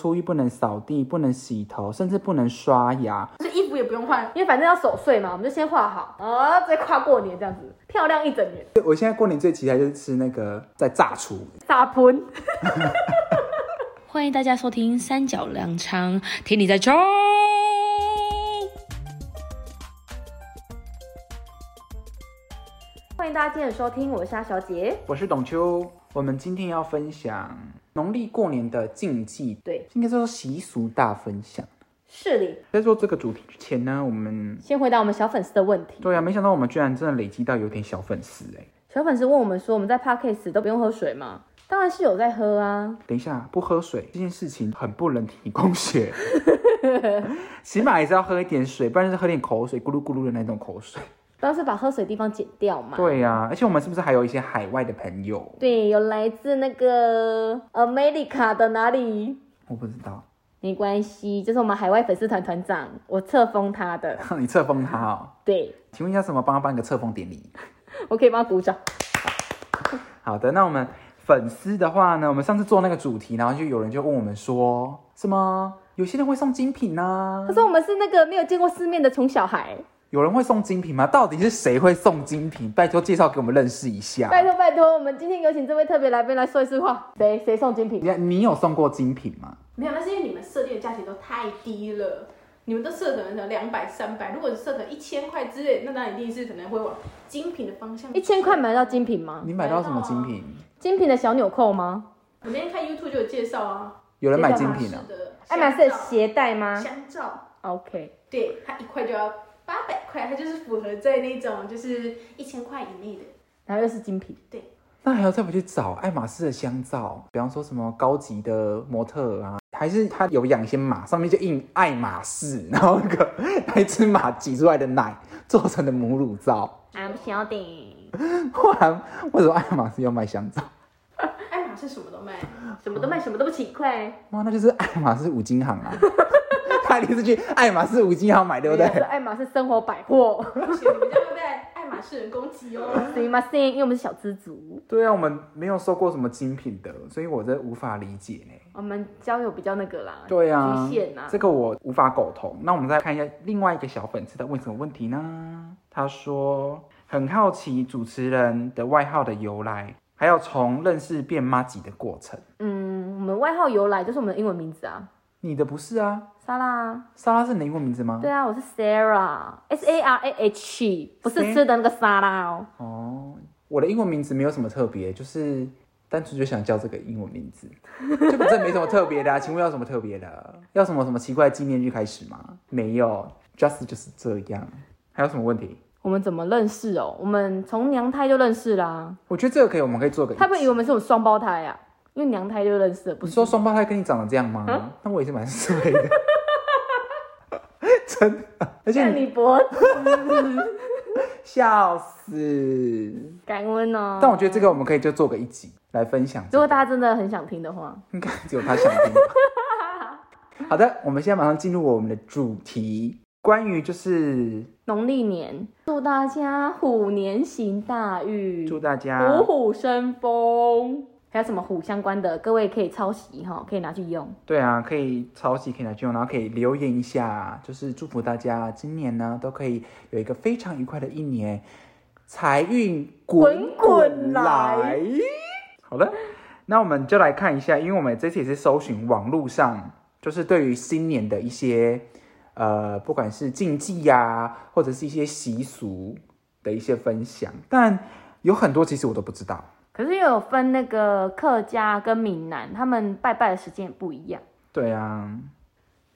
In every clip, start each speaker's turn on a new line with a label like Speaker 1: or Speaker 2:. Speaker 1: 初一不能扫地，不能洗头，甚至不能刷牙。
Speaker 2: 所以衣服也不用换，因为反正要守岁嘛，我们就先画好，啊，再跨过年这样子，漂亮一整年。
Speaker 1: 我现在过年最期待就是吃那个在炸厨，
Speaker 2: 撒盆，
Speaker 3: 欢迎大家收听《三角粮仓》，听你在冲。
Speaker 2: 欢迎大家今天的收听，我是沙小姐。
Speaker 1: 我是董秋，我们今天要分享农历过年的禁忌，
Speaker 2: 对，
Speaker 1: 应该说习俗大分享。
Speaker 2: 是的，
Speaker 1: 在做这个主题之前呢，我们
Speaker 2: 先回答我们小粉丝的问题。
Speaker 1: 对啊，没想到我们居然真的累积到有点小粉丝哎、
Speaker 2: 小粉丝问我们说，我们在 podcast 都不用喝水吗？当然是有在喝啊，
Speaker 1: 等一下，不喝水这件事情很不能提供血，起码也是要喝一点水，不然就是喝点口水，咕噜咕噜的那种口水。
Speaker 2: 不要是把喝水的地方剪掉嘛。
Speaker 1: 对呀、而且我们是不是还有一些海外的朋友？
Speaker 2: 对，有来自那个 America 的哪里？
Speaker 1: 我不知道，
Speaker 2: 没关系，这是我们海外粉丝团团长，我册封他的。
Speaker 1: 你册封他哦。
Speaker 2: 对，
Speaker 1: 请问一下，什么帮他办个册封典礼？
Speaker 2: 我可以帮他鼓掌。
Speaker 1: 好的，那我们粉丝的话呢，我们上次做那个主题，然后就有人就问我们说，什么有些人会送精品呢、
Speaker 2: 他说我们是那个没有见过世面的穷小孩，
Speaker 1: 有人会送精品吗？到底是谁会送精品？拜托介绍给我们认识一下。
Speaker 2: 拜托拜托，我们今天有请这位特别来宾来说一次话，谁谁送精品？
Speaker 1: 你你有送过精品吗？
Speaker 4: 没有，那是因为你们设定的价钱都太低了，你们都设可能两百、三百，如果设可能一千块之类，那当然一定是可能会往精品的方向。
Speaker 2: 一千块买得到精品吗？
Speaker 1: 你买到什么精品？
Speaker 2: 精品的小纽扣吗？
Speaker 4: 我那天看 YouTube 就有介绍啊，
Speaker 1: 有人买精品啊
Speaker 4: 爱？的
Speaker 2: 爱马仕的鞋带吗
Speaker 4: 香皂，
Speaker 2: ？OK，
Speaker 4: 对，它一块就要八百块，它就是符合在那种就是一千块以内的。
Speaker 2: 然后又是精品，
Speaker 1: 那还要再回去找爱马仕的香皂，比方说什么高级的模特啊，还是他有养一些马，上面就印爱马仕，然后那个那一只马挤出来的奶做成的母乳皂。
Speaker 2: 俺小顶，
Speaker 1: 不然为什么爱马仕要卖香皂？
Speaker 4: 爱马仕什么都卖，
Speaker 2: 什么都卖，什么都不奇怪，
Speaker 1: 哇，那就是爱马仕五金行啊！ 他一定是去爱马仕五金行买，对不对啊
Speaker 2: 这？爱马仕生活百货。
Speaker 4: 而且你们这样会被爱马仕人攻击哦。
Speaker 2: 对吗？是因为我们是小资族，
Speaker 1: 对啊，我们没有收过什么精品的，所以我这无法理解呢。
Speaker 2: 我们交友比较那个啦，
Speaker 1: 对啊，
Speaker 2: 局限啊
Speaker 1: 这。个我无法苟同。那我们再看一下另外一个小粉丝在问什么问题呢？他说很好奇主持人的外号的由来，还有从认识变妈吉的过程。
Speaker 2: 嗯，我们外号由来就是我们的英文名字啊，
Speaker 1: 你的不是啊？
Speaker 2: 莎拉啊。
Speaker 1: 莎拉是你的英文名字吗？
Speaker 2: 对啊，我是 Sarah，S A R A H E，不是
Speaker 1: Sarah
Speaker 2: 吃的那个沙拉哦。
Speaker 1: 哦，我的英文名字没有什么特别，就是单纯就想叫这个英文 名字，就本身没什么特别的、啊。请问要什么特别的？要什么什么奇怪的纪念日开始吗？没有，just 就是这样。还有什么问题？
Speaker 2: 我们怎么认识哦？我们从娘胎就认识啦、
Speaker 1: 我觉得这个可以，我们可以做个。
Speaker 2: 他们以为我们是我们双胞胎啊，因为娘胎就认识了，不
Speaker 1: 你
Speaker 2: 是？啊
Speaker 1: 说双胞胎跟你长得这样吗？那我也是蛮衰的， 真的。而且
Speaker 2: 看
Speaker 1: 你
Speaker 2: 你脖子，
Speaker 1: 笑死。
Speaker 2: 感恩哦。
Speaker 1: 但我觉得这个我们可以就做个一集来分享这
Speaker 2: 如
Speaker 1: 个、
Speaker 2: 果大家真的很想听的话，
Speaker 1: 应该只有他想听吧。 好的，我们现在马上进入我们的主题，关于就是
Speaker 2: 农历年祝大家虎年行大运，
Speaker 1: 祝大家
Speaker 2: 虎虎生风。还有什么虎相关的，各位可以抄袭哈，可以拿去用。
Speaker 1: 对啊，可以抄袭，可以拿去用，然后可以留言一下，就是祝福大家今年呢都可以有一个非常愉快的一年，财运滚滚
Speaker 2: 滚
Speaker 1: 来
Speaker 2: 来。
Speaker 1: 好了，那我们就来看一下，因为我们这次也是搜寻网络上，就是对于新年的一些呃，不管是禁忌呀、或者是一些习俗的一些分享，但有很多其实我都不知道。
Speaker 2: 可是又有分那个客家跟闽南，他们拜拜的时间也不一样。
Speaker 1: 对啊，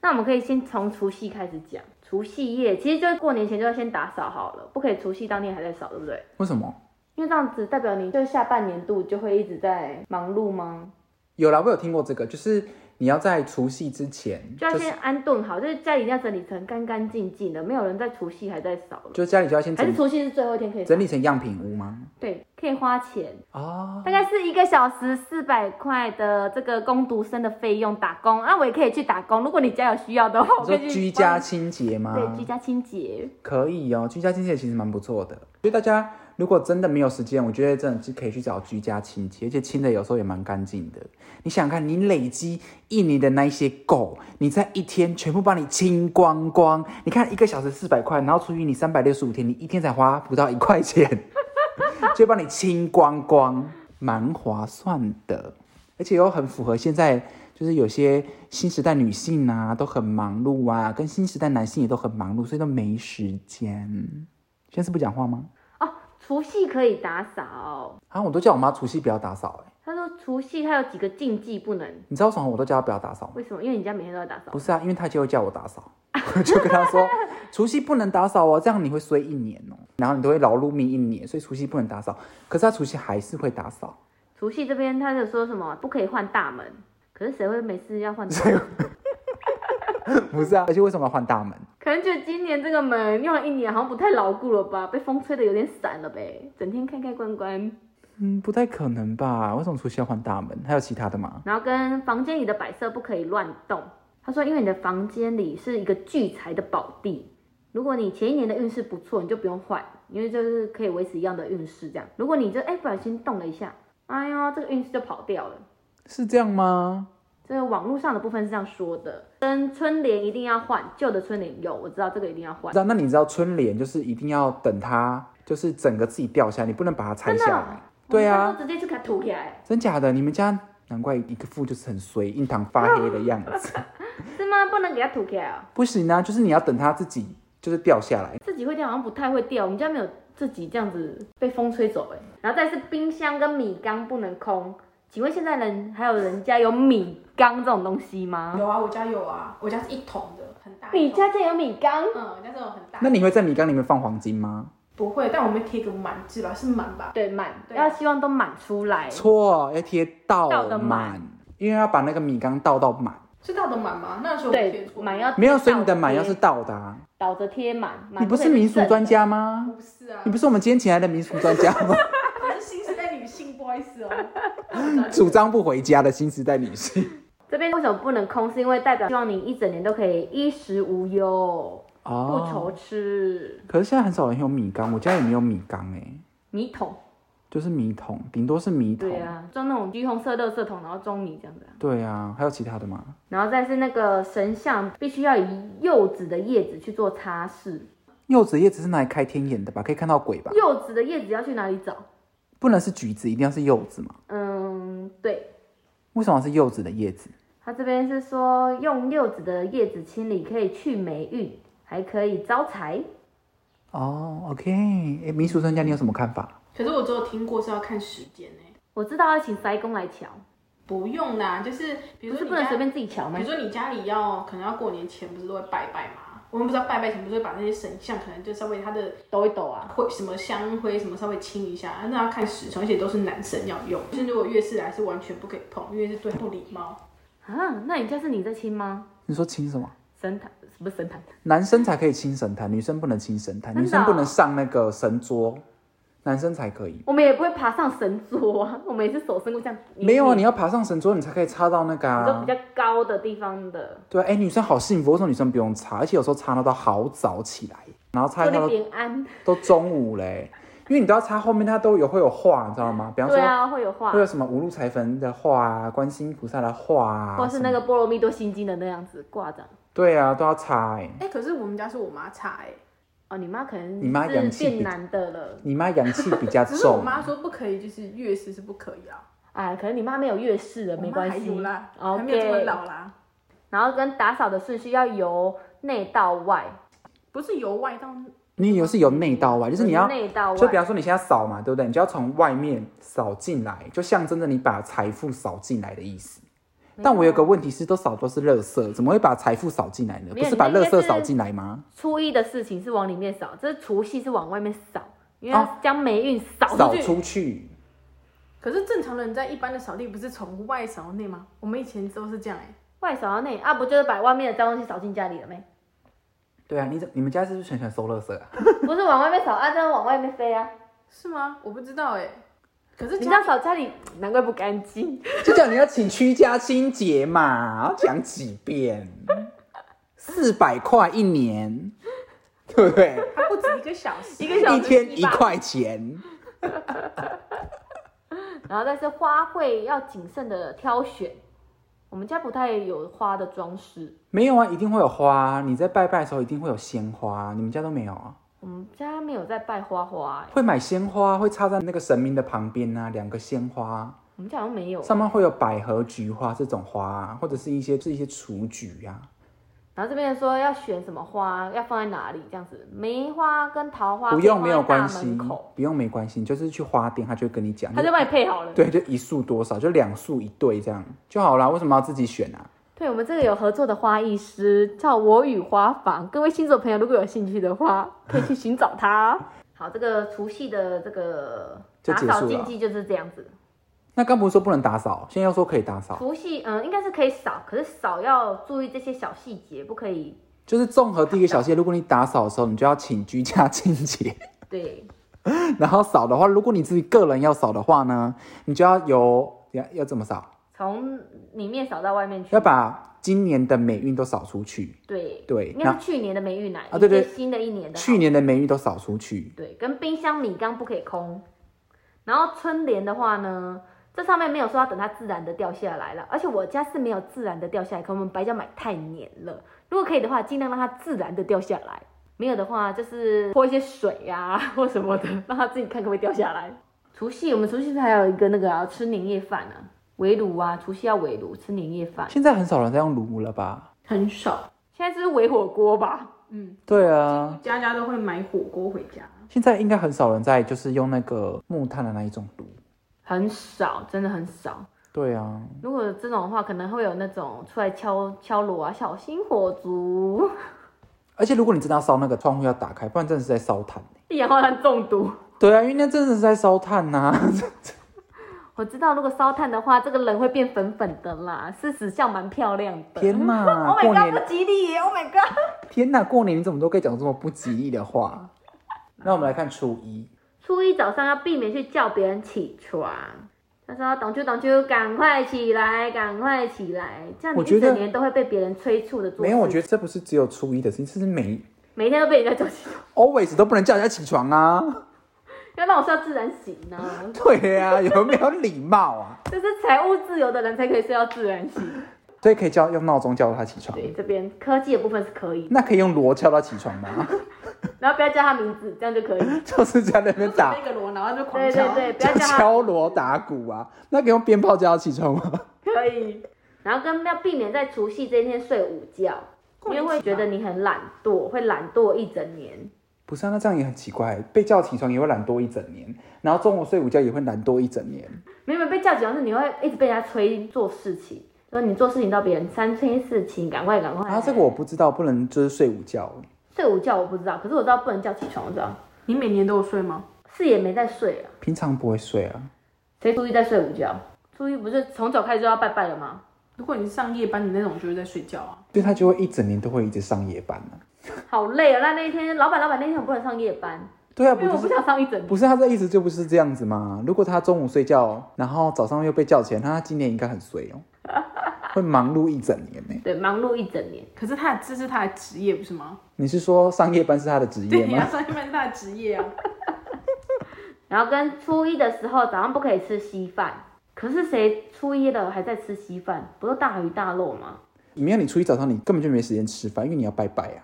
Speaker 2: 那我们可以先从除夕开始讲，除夕夜其实就是过年前就要先打扫好了，不可以除夕当天还在扫，对不对？
Speaker 1: 为什么？
Speaker 2: 因为这样子代表你就下半年度就会一直在忙碌吗？
Speaker 1: 有啦，我有听过这个，就是你要在除夕之前，
Speaker 2: 就要
Speaker 1: 就是
Speaker 2: 先安顿好，就是家里一定要整理成干干净净的，没有人在除夕还在扫了。
Speaker 1: 就家里就要先
Speaker 2: 还是
Speaker 1: 整
Speaker 2: 除夕是最后一天可以扫
Speaker 1: 整理成样品屋吗？
Speaker 2: 对，可以花钱，
Speaker 1: 哦，
Speaker 2: 大概是一个小时四百块的这个工读生的费用打工，那我也可以去打工。如果你家有需要的话，我
Speaker 1: 你
Speaker 2: 哦可
Speaker 1: 说
Speaker 2: 以去
Speaker 1: 居家清洁吗？
Speaker 2: 帮你对居家清洁。
Speaker 1: 可以哦，居家清洁其实蛮不错的，所以大家如果真的没有时间，我觉得真的是可以去找居家清洁，而且清的有时候也蛮干净的。你想看，你累积印尼的那一些垢，你在一天全部帮你清光光。你看一个小时四百块，然后除以你三百六十五天，你一天才花不到一块钱，就帮你清光光，蛮划算的，而且又很符合现在。就是有些新时代女性啊都很忙碌啊，跟新时代男性也都很忙碌，所以都没时间。现在是不讲话吗？
Speaker 2: 哦，除夕可以打扫。
Speaker 1: 啊，我都叫我妈除夕不要打扫、欸，哎，
Speaker 2: 他说除夕他有几个禁忌不能，
Speaker 1: 你知道为什么我都叫她不要打扫吗？
Speaker 2: 为什么？因为你家每天都在打扫
Speaker 1: 不。是啊，因为她就会叫我打扫， 我就跟她说，除夕不能打扫哦，这样你会衰一年哦，然后你都会劳碌命一年，所以除夕不能打扫。可是她除夕还是会打扫，
Speaker 2: 除夕这边他就说什么不可以换大门，可是谁会没事要换大门？
Speaker 1: 不是啊，而且为什么要换大门？
Speaker 2: 可能觉得今年这个门用了一年好像不太牢固了吧，被风吹的有点散了呗，整天开开关关，
Speaker 1: 嗯，不太可能吧？为什么除夕要换大门？还有其他的吗？
Speaker 2: 然后跟房间里的摆设不可以乱动。他说，因为你的房间里是一个聚财的宝地，如果你前一年的运势不错，你就不用换，因为就是可以维持一样的运势这样。如果你就哎不小心动了一下，哎呦，这个运势就跑掉了。
Speaker 1: 是这样吗？
Speaker 2: 这个网络上的部分是这样说的，跟春联一定要换，旧的春联有，我知道这个一定要换
Speaker 1: 知。道，那你知道春联就是一定要等它，就是整个自己掉下来，你不能把它拆下
Speaker 2: 真的
Speaker 1: 来
Speaker 2: 哦。
Speaker 1: 对
Speaker 2: 我
Speaker 1: 啊
Speaker 2: 那时，候直接去给它涂起来，
Speaker 1: 真假的？你们家难怪一个副就是很衰，印堂发黑的样子。
Speaker 2: 是吗？不能给它涂起来啊、
Speaker 1: 不行啊，就是你要等它自己就是掉下来。
Speaker 2: 自己会掉好像不太会掉，我们家没有自己这样子被风吹走哎、然后再是冰箱跟米缸不能空，请问现在人还有人家有米缸这种东西吗？
Speaker 4: 有啊，我家有啊，我家是一桶的，很大一桶。
Speaker 2: 你家竟然有米缸？
Speaker 4: 嗯，我家这种很大。
Speaker 1: 那你会在米缸里面放黄金吗？
Speaker 4: 不会，但我们贴个满字吧，是满吧？
Speaker 2: 对，满
Speaker 4: 对
Speaker 2: 要希望都满出来。
Speaker 1: 错，要贴倒
Speaker 2: 倒得满
Speaker 1: 满，因为要把那个米缸倒到满。
Speaker 4: 是大的满吗？那时候我贴
Speaker 2: 对，
Speaker 4: 错。
Speaker 2: 满要
Speaker 1: 没有，所以你的
Speaker 2: 倒着
Speaker 1: 满要
Speaker 2: 贴
Speaker 1: 是倒的、啊。
Speaker 2: 倒着贴满。满
Speaker 1: 你不是
Speaker 2: 会
Speaker 1: 民俗
Speaker 2: 正
Speaker 1: 专家吗？
Speaker 4: 不是啊
Speaker 1: 你，不是我们今天请来的民俗专家吗？
Speaker 4: 我是新时代女性，不好意思哦。
Speaker 1: 主张不回家的新时代女性。
Speaker 2: 这边为什么不能空？是因为代表希望你一整年都可以衣食无忧，不
Speaker 1: 哦，
Speaker 2: 愁吃
Speaker 1: 可是现在很少人有米缸，我家也没有米缸哎、
Speaker 2: 米桶。
Speaker 1: 就是米桶，顶多是米桶。
Speaker 2: 对啊，装那种橘红色垃圾桶，然后装米这样子啊、
Speaker 1: 对啊，还有其他的吗？
Speaker 2: 然后再是那个神像，必须要以柚子的叶子去做擦拭。
Speaker 1: 柚子叶子是拿来开天眼的吧？可以看到鬼吧？
Speaker 2: 柚子的叶子要去哪里找？
Speaker 1: 不能是橘子，一定要是柚子嘛？
Speaker 2: 嗯，对，
Speaker 1: 为什么是柚子的叶子？
Speaker 2: 他这边是说用柚子的叶子清理可以去霉运，还可以招财。
Speaker 1: 哦，OK，诶民俗专家你有什么看法？
Speaker 4: 可是我只有听过是要看时间呢、
Speaker 2: 我知道要请塞工来瞧，
Speaker 4: 不用啦，就是比如
Speaker 2: 不
Speaker 4: 说
Speaker 2: 是
Speaker 4: 你
Speaker 2: 不能
Speaker 4: 家
Speaker 2: 随便自己瞧吗
Speaker 4: 比如？说你家里要可能要过年前不是都会拜拜嘛？我们不知道拜拜前不是会把那些神像可能就稍微它的
Speaker 2: 抖一抖啊，
Speaker 4: 灰什么香灰什么稍微清一下，那要看时辰，而且都是男生要用。就是如果月事来是完全不可以碰，因为是对不礼貌。
Speaker 2: 啊，那你家是你在亲吗？
Speaker 1: 你说亲什么？
Speaker 2: 神坛不是神坛，
Speaker 1: 男生才可以亲神坛，女生不能亲神坛，
Speaker 2: 真的哦
Speaker 1: 女生不能上那个神桌，男生才可以。
Speaker 2: 我们也不会爬上神桌啊，我们也是手伸过这样。
Speaker 1: 没有啊，你要爬上神桌，你才可以插到那个
Speaker 2: 你说
Speaker 1: 啊
Speaker 2: 比。较高的地方的，
Speaker 1: 对啊，哎，女生好幸福，为什么女生不用插？而且有时候插到好早起来，然后插
Speaker 2: 祝
Speaker 1: 一下
Speaker 2: 你
Speaker 1: 都
Speaker 2: 平安。
Speaker 1: 都中午嘞、因为你都要插后面，它都有会有画，你知道吗？比方说
Speaker 2: 对啊，会有画
Speaker 1: 会，有什么五路财神的画啊，观世音菩萨的画啊，
Speaker 2: 或是那
Speaker 1: 什么
Speaker 2: 个波罗蜜多心经的那样子挂着。
Speaker 1: 对啊，都要插哎、
Speaker 4: 哎、可是我们家是我妈擦哎、
Speaker 2: 哦，你妈可能
Speaker 1: 你妈阳
Speaker 2: 是
Speaker 1: 气比
Speaker 2: 变男的了，
Speaker 1: 你妈阳气比较
Speaker 4: 只是我
Speaker 1: 重，
Speaker 4: 妈说不可以，就是月事是不可以啊。
Speaker 2: 哎，可能你妈没有月事了，
Speaker 4: 我
Speaker 2: 没
Speaker 4: 妈
Speaker 2: 关
Speaker 4: 还
Speaker 2: 系
Speaker 4: 有啦，还没有这么
Speaker 2: ，OK。
Speaker 4: 老啦，
Speaker 2: 然后跟打扫的顺序要由内到外，
Speaker 4: 不是由外到
Speaker 1: 你有是由内到外，就是你要，
Speaker 2: 内到外，
Speaker 1: 就比方说你现在扫嘛，对不对？你就要从外面扫进来，就象征着你把财富扫进来的意思。但我有个问题是，都扫都是垃圾，怎么会把财富扫进来呢？
Speaker 2: 没
Speaker 1: 不
Speaker 2: 有
Speaker 1: 是把
Speaker 2: 你那
Speaker 1: 垃
Speaker 2: 应该
Speaker 1: 圾
Speaker 2: 是
Speaker 1: 扫进来吗？
Speaker 2: 初一的事情是往里面扫，这除夕是往外面扫，因为
Speaker 1: 哦
Speaker 2: 要将霉运扫出
Speaker 1: 扫
Speaker 2: 去。
Speaker 1: 出去，
Speaker 4: 可是正常人在一般的扫地不是从外扫到内吗？我们以前都是这样哎、
Speaker 2: 外扫到内啊，不就是把外面的脏东西扫进家里了没？
Speaker 1: 对啊，你怎你们家是不是很喜欢收垃圾啊？
Speaker 2: 不是往外面扫啊，这样往外面飞啊。
Speaker 4: 是吗？我不知道哎、可是家
Speaker 2: 你这样扫家里，难怪不干净。
Speaker 1: 就讲你要请居家清洁嘛，要讲几遍，四百块一年，对不对？
Speaker 4: 它不止一个小时，
Speaker 2: 一个小时
Speaker 1: 一天
Speaker 2: 七
Speaker 1: 一
Speaker 2: 八
Speaker 1: 块钱，
Speaker 2: 然后再是花卉要谨慎的挑选，我们家不太有花的装饰，
Speaker 1: 没有啊，一定会有花。你在拜拜的时候一定会有鲜花，你们家都没有啊？
Speaker 2: 我们家没有在拜花花、欸，
Speaker 1: 会买鲜花，会插在那个神明的旁边啊，两个鲜花，
Speaker 2: 我们家好像没有。
Speaker 1: 上面会有百合、菊花这种花、啊，或者是一些是一些雏菊啊。
Speaker 2: 然后这边说要选什么花，要放在哪里，这样子，梅花跟桃花
Speaker 1: 不
Speaker 2: 可
Speaker 1: 用
Speaker 2: 以
Speaker 1: 没有
Speaker 2: 放在
Speaker 1: 关
Speaker 2: 大
Speaker 1: 系
Speaker 2: 门口，
Speaker 1: 不用没关系，你就是去花店，他就会跟你讲，
Speaker 2: 他就帮你配好了。
Speaker 1: 对，就一束多少，就两束一对这样就好啦。为什么要自己选啊？
Speaker 2: 对，我们这个有合作的花艺师，叫我与花房。各位星座朋友，如果有兴趣的话，可以去寻找他。 好，这个除夕的这个
Speaker 1: 就
Speaker 2: 打
Speaker 1: 结
Speaker 2: 扫
Speaker 1: 束
Speaker 2: 禁
Speaker 1: 了
Speaker 2: 忌就是这样子。
Speaker 1: 那刚不是说不能打扫，现在又说可以打扫，
Speaker 2: 除夕，嗯，应该是可以扫，可是扫要注意这些小细节，不可以
Speaker 1: 就是综合第一个小细节，如果你打扫的时候，你就要请居家清洁。
Speaker 2: 对
Speaker 1: 然后扫的话，如果你自己个人要扫的话呢，你就要由要要怎么扫？
Speaker 2: 从里面扫到外面去。
Speaker 1: 要把今年的霉运都扫出去，
Speaker 2: 对
Speaker 1: 对
Speaker 2: 应该
Speaker 1: 那
Speaker 2: 是去年的霉运来
Speaker 1: 啊对对
Speaker 2: 迎接新的一年的好
Speaker 1: 去年的霉运都扫出去。
Speaker 2: 对，跟冰箱米缸不可以空。然后春联的话呢，这上面没有说要等它自然的掉下来了，而且我家是没有自然的掉下来，可我们白家买太黏了。如果可以的话，尽量让它自然的掉下来。没有的话，就是泼一些水呀、或什么的，让它自己看可不可以掉下来。除夕我们除夕还有一个那个啊，吃年夜饭啊，围炉啊，除夕要围炉吃年夜饭。
Speaker 1: 现在很少人在用炉了吧？
Speaker 4: 很少，
Speaker 2: 现在是围火锅吧？
Speaker 4: 嗯，
Speaker 1: 对啊，
Speaker 4: 家家都会买火锅回家。
Speaker 1: 现在应该很少人在就是用那个木炭的那一种炉。
Speaker 2: 很少，真的很少。
Speaker 1: 对啊，
Speaker 2: 如果这种的话，可能会有那种出来敲敲锣啊，小心火烛，
Speaker 1: 而且如果你真的要烧那个窗户要打开，不然真的是在烧炭、欸、
Speaker 2: 一氧化碳中毒。
Speaker 1: 对啊，因为那真的是在烧炭啊呐、
Speaker 2: 我知道，如果烧炭的话，这个人会变粉粉的啦，是指向蛮漂亮 的。
Speaker 1: 天 哪
Speaker 2: ！！Oh
Speaker 1: 过
Speaker 2: my god，
Speaker 1: 年
Speaker 2: 不吉利耶！Oh my god！
Speaker 1: 天哪！过年你怎么都可以讲这么不吉利的话？ 那我们来看初一，
Speaker 2: 初一早上要避免去叫别人起床，他说：“董秋，董秋，赶快起来，赶快起来！”这样你
Speaker 1: 我觉
Speaker 2: 一
Speaker 1: 得
Speaker 2: 整年都会被别人催促的做事。
Speaker 1: 没有，我觉得这不是只有初一的事情，这是每
Speaker 2: 每天都被人家叫起床，
Speaker 1: always 都不能叫人家起床啊。
Speaker 2: 要让我睡到自然醒呢、 啊。
Speaker 1: 对啊，有没有礼貌啊？
Speaker 2: 这是财务自由的人才可以睡到自然醒。
Speaker 1: 所以可以叫用闹钟叫他起床，
Speaker 2: 对，这边科技的部分是可以，
Speaker 1: 那可以用锣敲他起床吗？
Speaker 2: 然后不要叫他名字，这样就可以。
Speaker 1: 就是在那边打
Speaker 4: 那个锣，然后就狂
Speaker 2: 对
Speaker 4: 敲。
Speaker 2: 对对，不
Speaker 1: 就
Speaker 2: 要叫他
Speaker 1: 敲锣打鼓啊，那可以用鞭炮叫他起床吗？
Speaker 2: 可以。然后跟要避免在除夕这一天睡午觉，因为会觉得你很懒惰，会懒惰一整年。
Speaker 1: 不是啊，那这样也很奇怪，被叫起床也会懒惰一整年，然后中午睡午觉也会懒惰一整年。
Speaker 2: 没有没有被叫起来是你会一直被人家催做事情，说你做事情到别人三催四请，赶快赶快。
Speaker 1: 啊然后这个我不知道，不能就是睡午觉。
Speaker 2: 睡午觉我不知道，可是我知道不能叫起床，我知道
Speaker 4: 你每年都有睡吗？
Speaker 2: 是也没在睡啊，
Speaker 1: 平常不会睡啊，
Speaker 2: 谁初一在睡午觉？初一不是从早开始就要拜拜了吗？
Speaker 4: 如果你是上夜班的那种，就是在睡觉啊。
Speaker 1: 对他就会一整年都会一直上夜班啊。
Speaker 2: 好累哦，那那一天老板老板那天我不能上夜班，
Speaker 1: 对啊，
Speaker 2: 因
Speaker 1: 不
Speaker 2: 为我
Speaker 1: 就
Speaker 2: 不
Speaker 1: 是
Speaker 2: 想上一整天。
Speaker 1: 不是他这意思就不是这样子嘛？如果他中午睡觉，然后早上又被叫起来，那他今年应该很衰哦，会忙碌一整年呢、
Speaker 2: 对，忙碌一整年。
Speaker 4: 可是他的这是他的职业，不是吗？
Speaker 1: 你是说上夜班是他的职业
Speaker 4: 对呀、
Speaker 1: 吗？
Speaker 4: 上夜班是他的职业啊。
Speaker 2: 然后跟初一的时候早上不可以吃稀饭，可是谁初一了还在吃稀饭？不是大鱼大肉吗？
Speaker 1: 没有，你初一早上你根本就没时间吃饭，因为你要拜拜啊。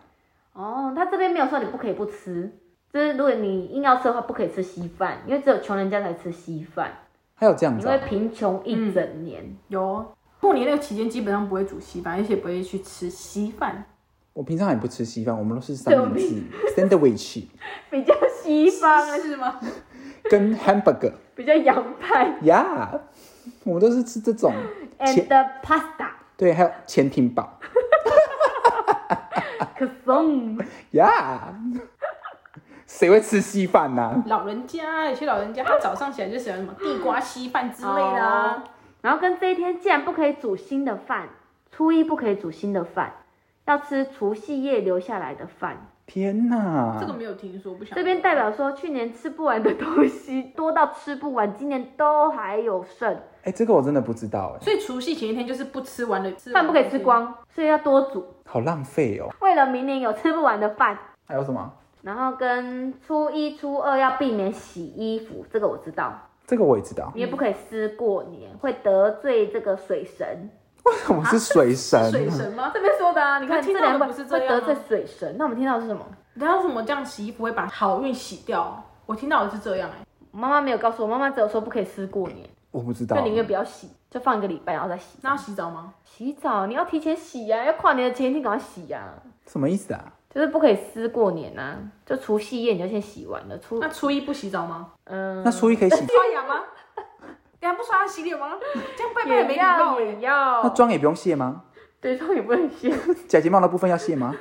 Speaker 2: 哦，他这边没有说你不可以不吃，就是如果你硬要吃的话，不可以吃稀饭，因为只有穷人家才吃稀饭，
Speaker 1: 还有这样
Speaker 2: 你
Speaker 1: 子、
Speaker 2: 会
Speaker 1: 啊，
Speaker 2: 贫穷一整年。
Speaker 4: 有啊过年那个期间，基本上不会煮稀饭，而且不会去吃稀饭。
Speaker 1: 我平常也不吃稀饭，我们都是三明治、sandwich
Speaker 2: 比较西方啊，
Speaker 4: 是吗？
Speaker 1: 跟 hamburger
Speaker 2: 比较洋派
Speaker 1: 呀、我们都是吃这种。
Speaker 2: ，and pasta
Speaker 1: 对，还有潜艇堡
Speaker 2: c r o n
Speaker 1: 呀谁会吃稀饭呢、
Speaker 4: 老人家有些老人家，他早上起来就喜欢什么地瓜稀饭之类的啊。
Speaker 2: 然后跟这一天既然不可以煮新的饭，初一不可以煮新的饭，要吃除夕夜留下来的饭。
Speaker 1: 天哪，
Speaker 4: 这个没有听说，不想
Speaker 2: 哦这边代表说，去年吃不完的东西多到吃不完，今年都还有剩，
Speaker 4: 啊
Speaker 1: 哎、这个我真的不知道哎、
Speaker 4: 所以除夕前一天就是不吃完的，吃完
Speaker 2: 饭
Speaker 4: 的
Speaker 2: 不可
Speaker 4: 啊
Speaker 2: 以吃光，所以要多煮。
Speaker 1: 好浪费哦。
Speaker 2: 为了明年有吃不完的饭，
Speaker 1: 还有什么？
Speaker 2: 然后跟初一、初二要避免洗衣服，这个我知道，
Speaker 1: 这个我也知道。
Speaker 2: 你也不可以湿过年，会得罪这个水神。
Speaker 4: 嗯
Speaker 1: 为什么是水神？
Speaker 4: 水 神吗？
Speaker 2: 这边说的啊，你看
Speaker 4: 可是
Speaker 2: 这
Speaker 4: 听到
Speaker 2: 两
Speaker 4: 的
Speaker 2: 个
Speaker 4: 不是这
Speaker 2: 会
Speaker 4: 样吗啊
Speaker 2: 得罪水神，那我们听到的是什么？
Speaker 4: 你知道为什么这样洗衣服会把好运洗掉？啊我听到的是这样哎、
Speaker 2: 我妈妈没有告诉我，妈妈只有说不可以湿过年，
Speaker 1: 我不知道
Speaker 4: 哦
Speaker 2: 就。宁愿不要洗，就放一个礼拜然后再洗。
Speaker 4: 那要洗澡吗？
Speaker 2: 洗澡你要提前洗呀、要跨年的前一天赶快洗呀、
Speaker 1: 什么意思啊？
Speaker 2: 就是不可以湿过年啊，就除夕夜你就先洗完了，初
Speaker 4: 那初一不洗澡吗？
Speaker 2: 嗯、
Speaker 1: 那初一可以洗，
Speaker 4: 刷牙吗？你还不刷牙洗脸 吗？这样拜拜也没
Speaker 2: 也
Speaker 4: 礼貌
Speaker 2: 要
Speaker 4: 哎、
Speaker 2: 也要，
Speaker 1: 那妆也不用卸吗？
Speaker 2: 对妆也不 能洗，
Speaker 1: 假睫毛的部分要卸吗？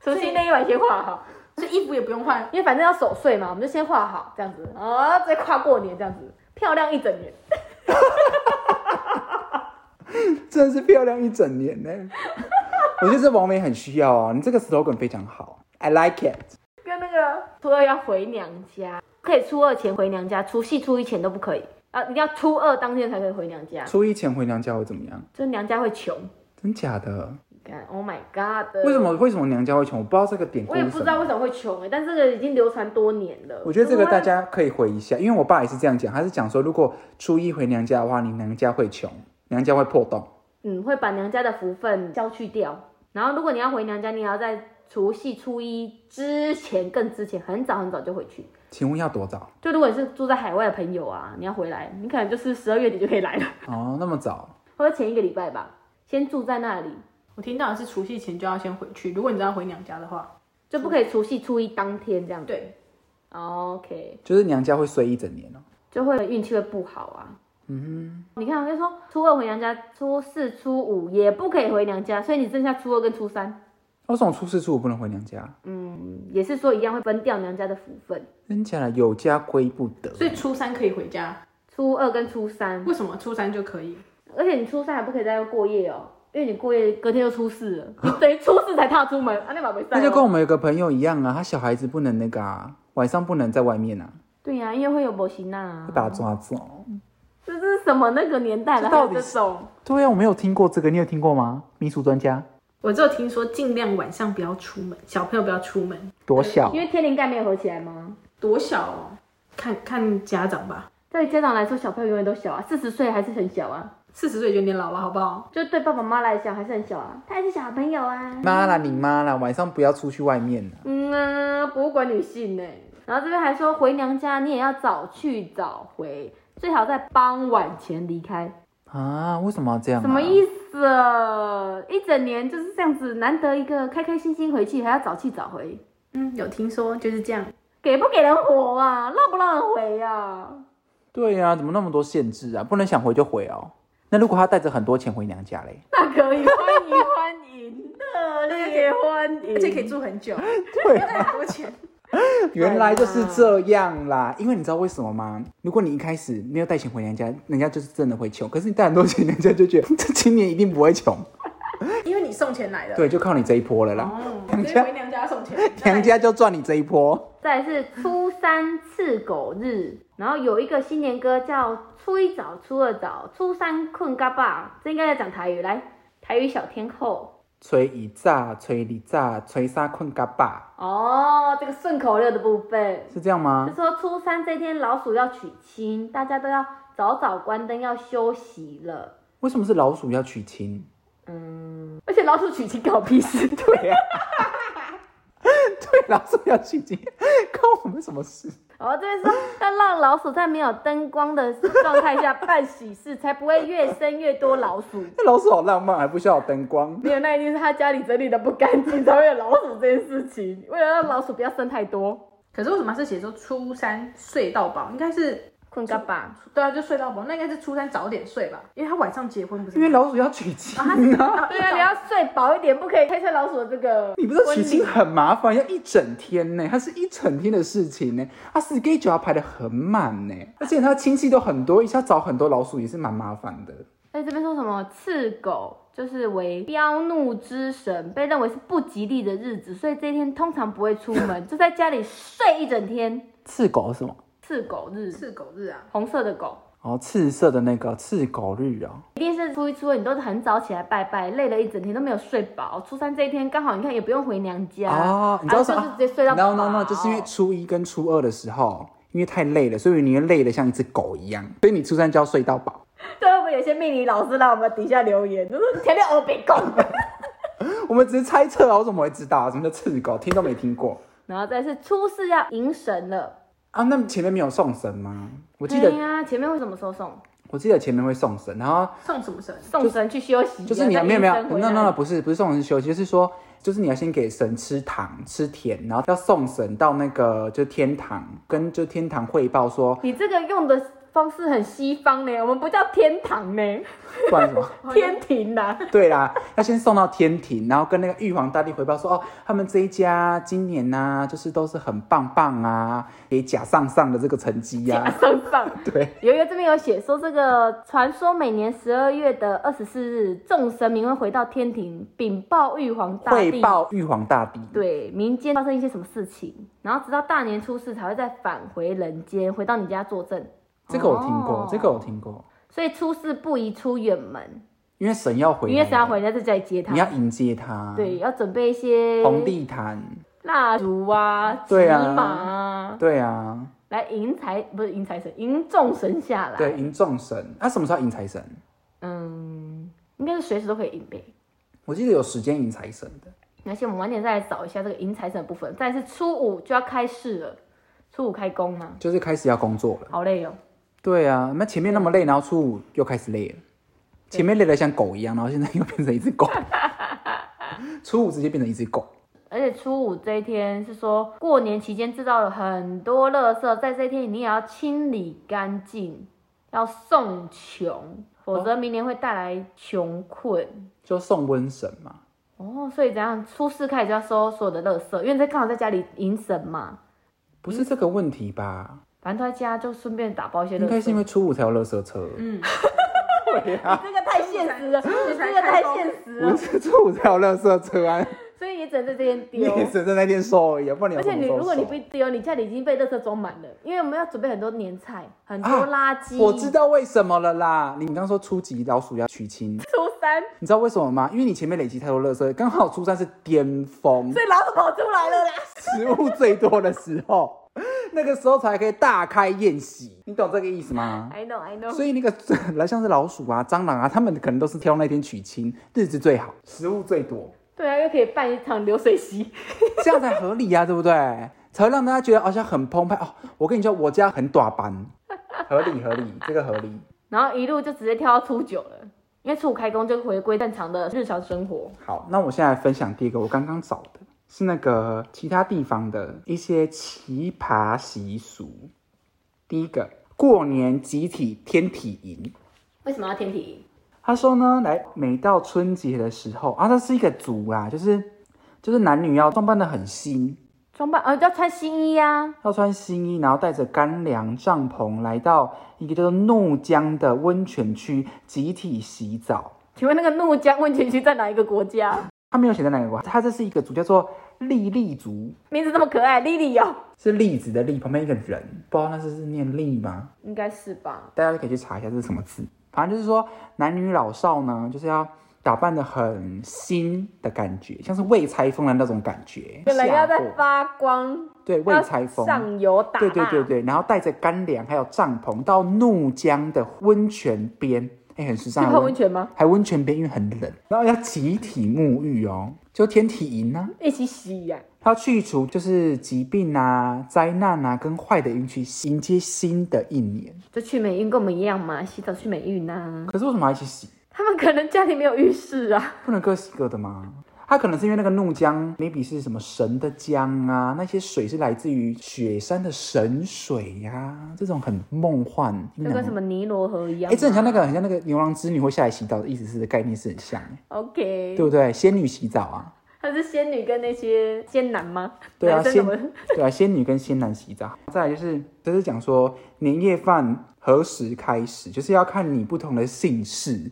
Speaker 2: 除夕那一晚先画好，
Speaker 4: 所以衣服也不用换。
Speaker 2: 因为反正要守岁嘛，我们就先画好这样子，啊，再跨过年这样子，漂亮一整年。
Speaker 1: 真的是漂亮一整年呢、我觉得这王美很需要哦，你这个 slogan 非常好，I like it。
Speaker 2: 跟那个初二要回娘家，可以初二前回娘家，除夕初一前都不可以啊，一定要初二当天才可以回娘家，
Speaker 1: 初一前回娘家会怎么样？
Speaker 2: 就是娘家会穷。
Speaker 1: 真假的？
Speaker 2: 你看，Oh my God！
Speaker 1: 为什？么为什么娘家会穷？我不知道这个典故
Speaker 2: 我
Speaker 1: 是
Speaker 2: 也
Speaker 1: 什么。
Speaker 2: 不知道为什么会穷哎、但这个已经流传多年了。
Speaker 1: 我觉得这个
Speaker 2: 就是
Speaker 1: 大家可以回一下，因为我爸也是这样讲，他是讲说，如果初一回娘家的话，你娘家会穷，娘家会破洞。
Speaker 2: 嗯会把娘家的福分消去掉，然后如果你要回娘家，你也要在除夕初一之前，更之前很早很早就回去。
Speaker 1: 请问要多早？
Speaker 2: 就如果你是住在海外的朋友啊，你要回来，你可能就是十二月底就可以来了，
Speaker 1: 哦，那么早？
Speaker 2: 或者前一个礼拜吧，先住在那里，
Speaker 4: 我听到的是除夕前就要先回去，如果你知道回娘家的话，
Speaker 2: 就不可以除夕初一当天这样子。
Speaker 4: 对，
Speaker 2: OK，
Speaker 1: 就是娘家会衰一整年哦。
Speaker 2: 就会运气会不好啊。嗯哼，你看我就说初二回娘家，初四、初五也不可以回娘家，所以你剩下初二跟初三，
Speaker 1: 为什么初四初五不能回娘家？
Speaker 2: 嗯，也是说一样会分掉娘家的福分。
Speaker 1: 真假的，有家归不得。
Speaker 4: 所以初三可以回家。
Speaker 2: 初二跟初三，
Speaker 4: 为什么初三就可以？
Speaker 2: 而且你初三还不可以在家过夜哦，因为你过夜隔天就初四了，你等于初四才踏出门，啊，那宝贝
Speaker 1: 那就跟我们有个朋友一样啊，他小孩子不能那个啊，晚上不能在外面啊，
Speaker 2: 对呀、因为会有模型啊
Speaker 1: 会，把他抓走。
Speaker 2: 这是什么那个年代了？
Speaker 1: 这到底
Speaker 2: 还有这种
Speaker 1: 对啊，我没有听过这个，你有听过吗？民俗专家
Speaker 4: 我只有听说尽量晚上不要出门，小朋友不要出门，
Speaker 1: 多小啊
Speaker 2: 呃因？为天灵盖没有合起来吗？
Speaker 4: 多小哦，看看家长吧。
Speaker 2: 对家长来说，小朋友永远都小啊，四十岁还是很小啊，
Speaker 4: 四十岁就有点老了，好不好？
Speaker 2: 就对爸爸妈妈来讲还是很小啊，他还是小朋友啊。
Speaker 1: 妈啦，你妈啦，晚上不要出去外面啊。
Speaker 2: 嗯啊，博物馆女性呢、然后这边还说回娘家你也要早去早回，最好在傍晚前离开。
Speaker 1: 啊，为什么要这样、啊？
Speaker 2: 什么意思啊？一整年就是这样子，难得一个开开心心回去，还要早去早回，
Speaker 4: 嗯，有听说就是这样。
Speaker 2: 给不给人活啊？让不让人回啊？
Speaker 1: 对呀、怎么那么多限制啊？不能想回就回哦。那如果他带着很多钱回娘家嘞？
Speaker 2: 那可以，欢迎欢迎，热烈欢迎，
Speaker 4: 而且可以住很久，
Speaker 1: 对、
Speaker 4: 带很多钱。
Speaker 1: 原来就是这样啦。因为你知道为什么吗？如果你一开始没有带钱回娘家，人家就是真的会穷。可是你带很多钱，人家就觉得 这今年一定不会穷。
Speaker 4: 因为你送钱来的。
Speaker 1: 对，就靠你这一波了啦。
Speaker 4: 哦，
Speaker 1: 娘家
Speaker 4: 所以回娘家送钱。
Speaker 1: 娘家就赚你这一波。
Speaker 2: 再来是初三赤狗日，然后有一个新年歌叫初一早、初二早、初三困嘎巴，这应该在讲台语。来，台语小天后
Speaker 1: 吹一炸，吹二炸，吹三困嘎巴，
Speaker 2: 哦，这个顺口溜的部分，
Speaker 1: 是这样
Speaker 2: 就
Speaker 1: 吗？
Speaker 2: 说初三这天老鼠要娶亲，大家都要早早关灯，要休息了。
Speaker 1: 为什么是老鼠要娶亲？
Speaker 2: 嗯，而且老鼠娶亲搞屁事，
Speaker 1: 对呀、 对，老鼠要娶亲， 关我们什么事？
Speaker 2: 哦，这边说要让老鼠在没有灯光的状态下办喜事，才不会越生越多老鼠。
Speaker 1: 那老鼠好浪漫，还不需要有灯光。
Speaker 2: 没有，那一定是他家里整理的不干净，才会有老鼠这件事情。为了让老鼠不要生太多，
Speaker 4: 可是为什么是写说初三睡到饱？应该是
Speaker 2: 困嘎吧。
Speaker 4: 对啊，就睡到饱，那应该是初三早点睡吧，因为他晚上结婚不是
Speaker 1: 因
Speaker 4: 吗？
Speaker 1: 为老鼠要娶亲啊，
Speaker 2: 对啊，你要睡饱一点，不可以开车老鼠的这个。
Speaker 1: 你不知道娶亲很麻烦，要一整天呢，它是一整天的事情呢，啊它 schedule 要排的很满呢，而且它亲戚都很多，一下找很多老鼠也是蛮麻烦的。
Speaker 2: 哎，这边说什么赤狗就是为彪怒之神，被认为是不吉利的日子，所以这一天通常不会出门，就在家里睡一整天。
Speaker 1: 刺狗是吗？
Speaker 2: 赤狗日，
Speaker 4: 是狗日啊，
Speaker 2: 红色的狗，
Speaker 1: 哦，赤色的那个赤狗日哦，
Speaker 2: 一定是初一初二你都很早起来拜拜，累了一整天都没有睡饱。初三这一天刚好你看也不用回娘家，
Speaker 1: 哦，你知道
Speaker 2: 啊
Speaker 1: 什
Speaker 2: 就
Speaker 1: 么？
Speaker 2: 是直接睡到饱。
Speaker 1: no no no，就是因为初一跟初二的时候，因为太累了，所以你会累得像一只狗一样，所以你初三就要睡到饱。
Speaker 2: 对，会不会有些命理老师让我们底下留言，就是天天哦欧北共，
Speaker 1: 我们只是猜测啊，我怎么会知道、啊？什么叫赤狗？听都没听过
Speaker 2: 然后再是初四要迎神了。
Speaker 1: 啊？那前面没有送神吗？我
Speaker 2: 我
Speaker 1: 记得、
Speaker 2: 呀、前面为什么说送
Speaker 1: 我记得前面会送神，然后
Speaker 4: 送什么神？
Speaker 2: 送神去休息啊？
Speaker 1: 就是你要
Speaker 2: 再
Speaker 1: 没有没有
Speaker 2: 迎神回来
Speaker 1: ，no no no，不是不是送神休息，就是说就是你要先给神吃糖吃甜，然后要送神到那个就天堂，跟就天堂汇报说，
Speaker 2: 你这个用的方式很西方呢，我们不叫天堂呢，
Speaker 1: 不然什么。
Speaker 2: 天庭呐、
Speaker 1: 对啦，要先送到天庭，然后跟那个玉皇大帝回报说，哦，他们这一家今年呢、就是都是很棒棒啊，给甲上上的这个成绩呀、
Speaker 2: 啊，上放。
Speaker 1: 对，
Speaker 2: 有一个这边有写说，这个传说每年十二月的二十四日，众神明会回到天庭禀报玉皇大帝
Speaker 1: 汇，报玉皇大帝。
Speaker 2: 对民间发生一些什么事情，然后直到大年初四才会再返回人间，回到你家作证。
Speaker 1: 这个我听过，
Speaker 2: 哦
Speaker 1: 这个我听过，
Speaker 2: 所以初四不宜出远门，
Speaker 1: 因为神要回来，
Speaker 2: 因为谁要回来在家里接他
Speaker 1: 你。要迎接他，
Speaker 2: 对，，要准备一些
Speaker 1: 红地毯，
Speaker 2: 蜡烛啊、骑
Speaker 1: 对
Speaker 2: 马
Speaker 1: 啊
Speaker 2: 啊，
Speaker 1: 对啊，
Speaker 2: 来迎财不是迎财神，迎众神下来。
Speaker 1: 对，，迎众神。那、什么时候迎财神？
Speaker 2: 嗯，应该是随时都可以迎呗。
Speaker 1: 我记得有时间迎财神的，
Speaker 2: 而且我们晚点再来找一下这个迎财神的部分。再来是初五就要开市了，初五开工嘛，
Speaker 1: 就是开始要工作了。
Speaker 2: 好累哦。
Speaker 1: 对啊，那前面那么累，然后初五又开始累了，前面累得像狗一样，然后现在又变成一只 狗，初五直接变成一只狗。
Speaker 2: 而且初五这一天是说过年期间制造了很多垃圾，在这一天你也要清理干净，要送穷，否则明年会带来穷困。
Speaker 1: 就送瘟神嘛，
Speaker 2: 哦，所以怎样？初四开始就要收所有的垃圾，因为在刚好在家里迎神嘛，
Speaker 1: 不是这个问题吧？
Speaker 2: 反正都在家就顺便打包一些垃圾。
Speaker 1: 应该是因为初五才有垃圾车，
Speaker 4: 嗯，
Speaker 1: 对啊，
Speaker 2: 这个太现实了，你这个太现实
Speaker 1: 不
Speaker 2: 了，
Speaker 1: 是初五才有垃圾车啊，
Speaker 2: 所以你只能在这边
Speaker 1: 你
Speaker 2: 丢。
Speaker 1: 也只在那天收而已啊，不然你有
Speaker 2: 而
Speaker 1: 什
Speaker 2: 且
Speaker 1: 么
Speaker 2: 你
Speaker 1: 时候
Speaker 2: 如果你
Speaker 1: 收
Speaker 2: 不丢，你家里已经被垃圾装满了，因为我们要准备很多年菜，很多
Speaker 1: 啊
Speaker 2: 垃圾。
Speaker 1: 我知。道为什么了啦，你刚说初级老鼠要娶亲，
Speaker 2: 初三，
Speaker 1: 你知道为什么吗？因为你前面累积太多垃圾，刚好初三是巅 峰，
Speaker 2: 所以老鼠跑出来了啦。
Speaker 1: 食物最多的时候，那个时候才可以大开宴席，你懂这个意思吗？
Speaker 2: I know, I know。
Speaker 1: 所以那个来像是老鼠啊、蟑螂啊，他们可能都是挑那天娶亲，日子最好，食物最多，
Speaker 2: 对啊，又可以办一场流水席。
Speaker 1: 这样才合理呀、啊，对不对？才会让大家觉得好像很澎湃哦。我跟你说，我家很短班，合理合理，这个合理。
Speaker 2: 然后一路就直接跳到初九了，因为初五开工就回归正常的日常生活。
Speaker 1: 好，那我现在分享第一个，我刚刚找的是那个其他地方的一些奇葩习俗。第一个，过年集体天体营。
Speaker 2: 为什么要天体？
Speaker 1: 他说呢，来每到春节的时候啊，这是一个族啦，就是就是男女要装扮的很新，
Speaker 2: 装扮呃要穿新衣啊呀、
Speaker 1: 要穿新衣，然后带着干粮、帐篷来到一个叫做怒江的温泉区集体洗澡。
Speaker 2: 请问那个怒江温泉区在哪一个国家？
Speaker 1: 他没有写在哪个国家，他这是一个族叫做莉莉族，
Speaker 2: 名字这么可爱，Lily 哦，
Speaker 1: 是栗子的栗，旁边一个人，不知道那是是念栗吗？
Speaker 2: 应该是吧？
Speaker 1: 大家可以去查一下这是什么字。反正就是说，男女老少呢，就是要打扮的很新的感觉，像是未拆封的那种感觉。
Speaker 2: 本来要
Speaker 1: 下
Speaker 2: 在
Speaker 1: 过
Speaker 2: 发光，
Speaker 1: 对未
Speaker 2: 要
Speaker 1: 拆封，
Speaker 2: 上游打
Speaker 1: 对对
Speaker 2: 蜡
Speaker 1: 对对，然后带着干粮还有帐篷到怒江的温泉边，哎，很时尚
Speaker 2: 去
Speaker 1: 啊。
Speaker 2: 泡温泉吗？
Speaker 1: 还温泉边，因为很冷，然后要集体沐浴哦，就天体营啊，
Speaker 2: 一起洗呀、
Speaker 1: 它要去除就是疾病啊、灾难啊跟坏的运气，迎接新的一年。
Speaker 2: 就去美运跟我们一样嘛，洗澡去美运呐、
Speaker 1: 可是为什么要一起洗？
Speaker 2: 他们可能家里没有浴室啊，
Speaker 1: 不能各洗各的吗？它可能是因为那个怒江，maybe 是什么神的江啊，那些水是来自于雪山的神水呀、这种很梦幻。你
Speaker 2: 就
Speaker 1: 们
Speaker 2: 跟什么尼罗河一
Speaker 1: 嗯
Speaker 2: 样、
Speaker 1: 哎、这很像那。个，很像那个牛郎织女会下来洗澡的意思是概念是很像，
Speaker 2: OK，
Speaker 1: 对不对？仙女洗澡啊，
Speaker 2: 他是仙女跟那些仙男吗？
Speaker 1: 对啊，
Speaker 2: 男生
Speaker 1: 仙
Speaker 2: 怎么
Speaker 1: 对啊，仙女跟仙男洗澡。再来就是，就是讲说年夜饭何时开始，就是要看你不同的姓氏，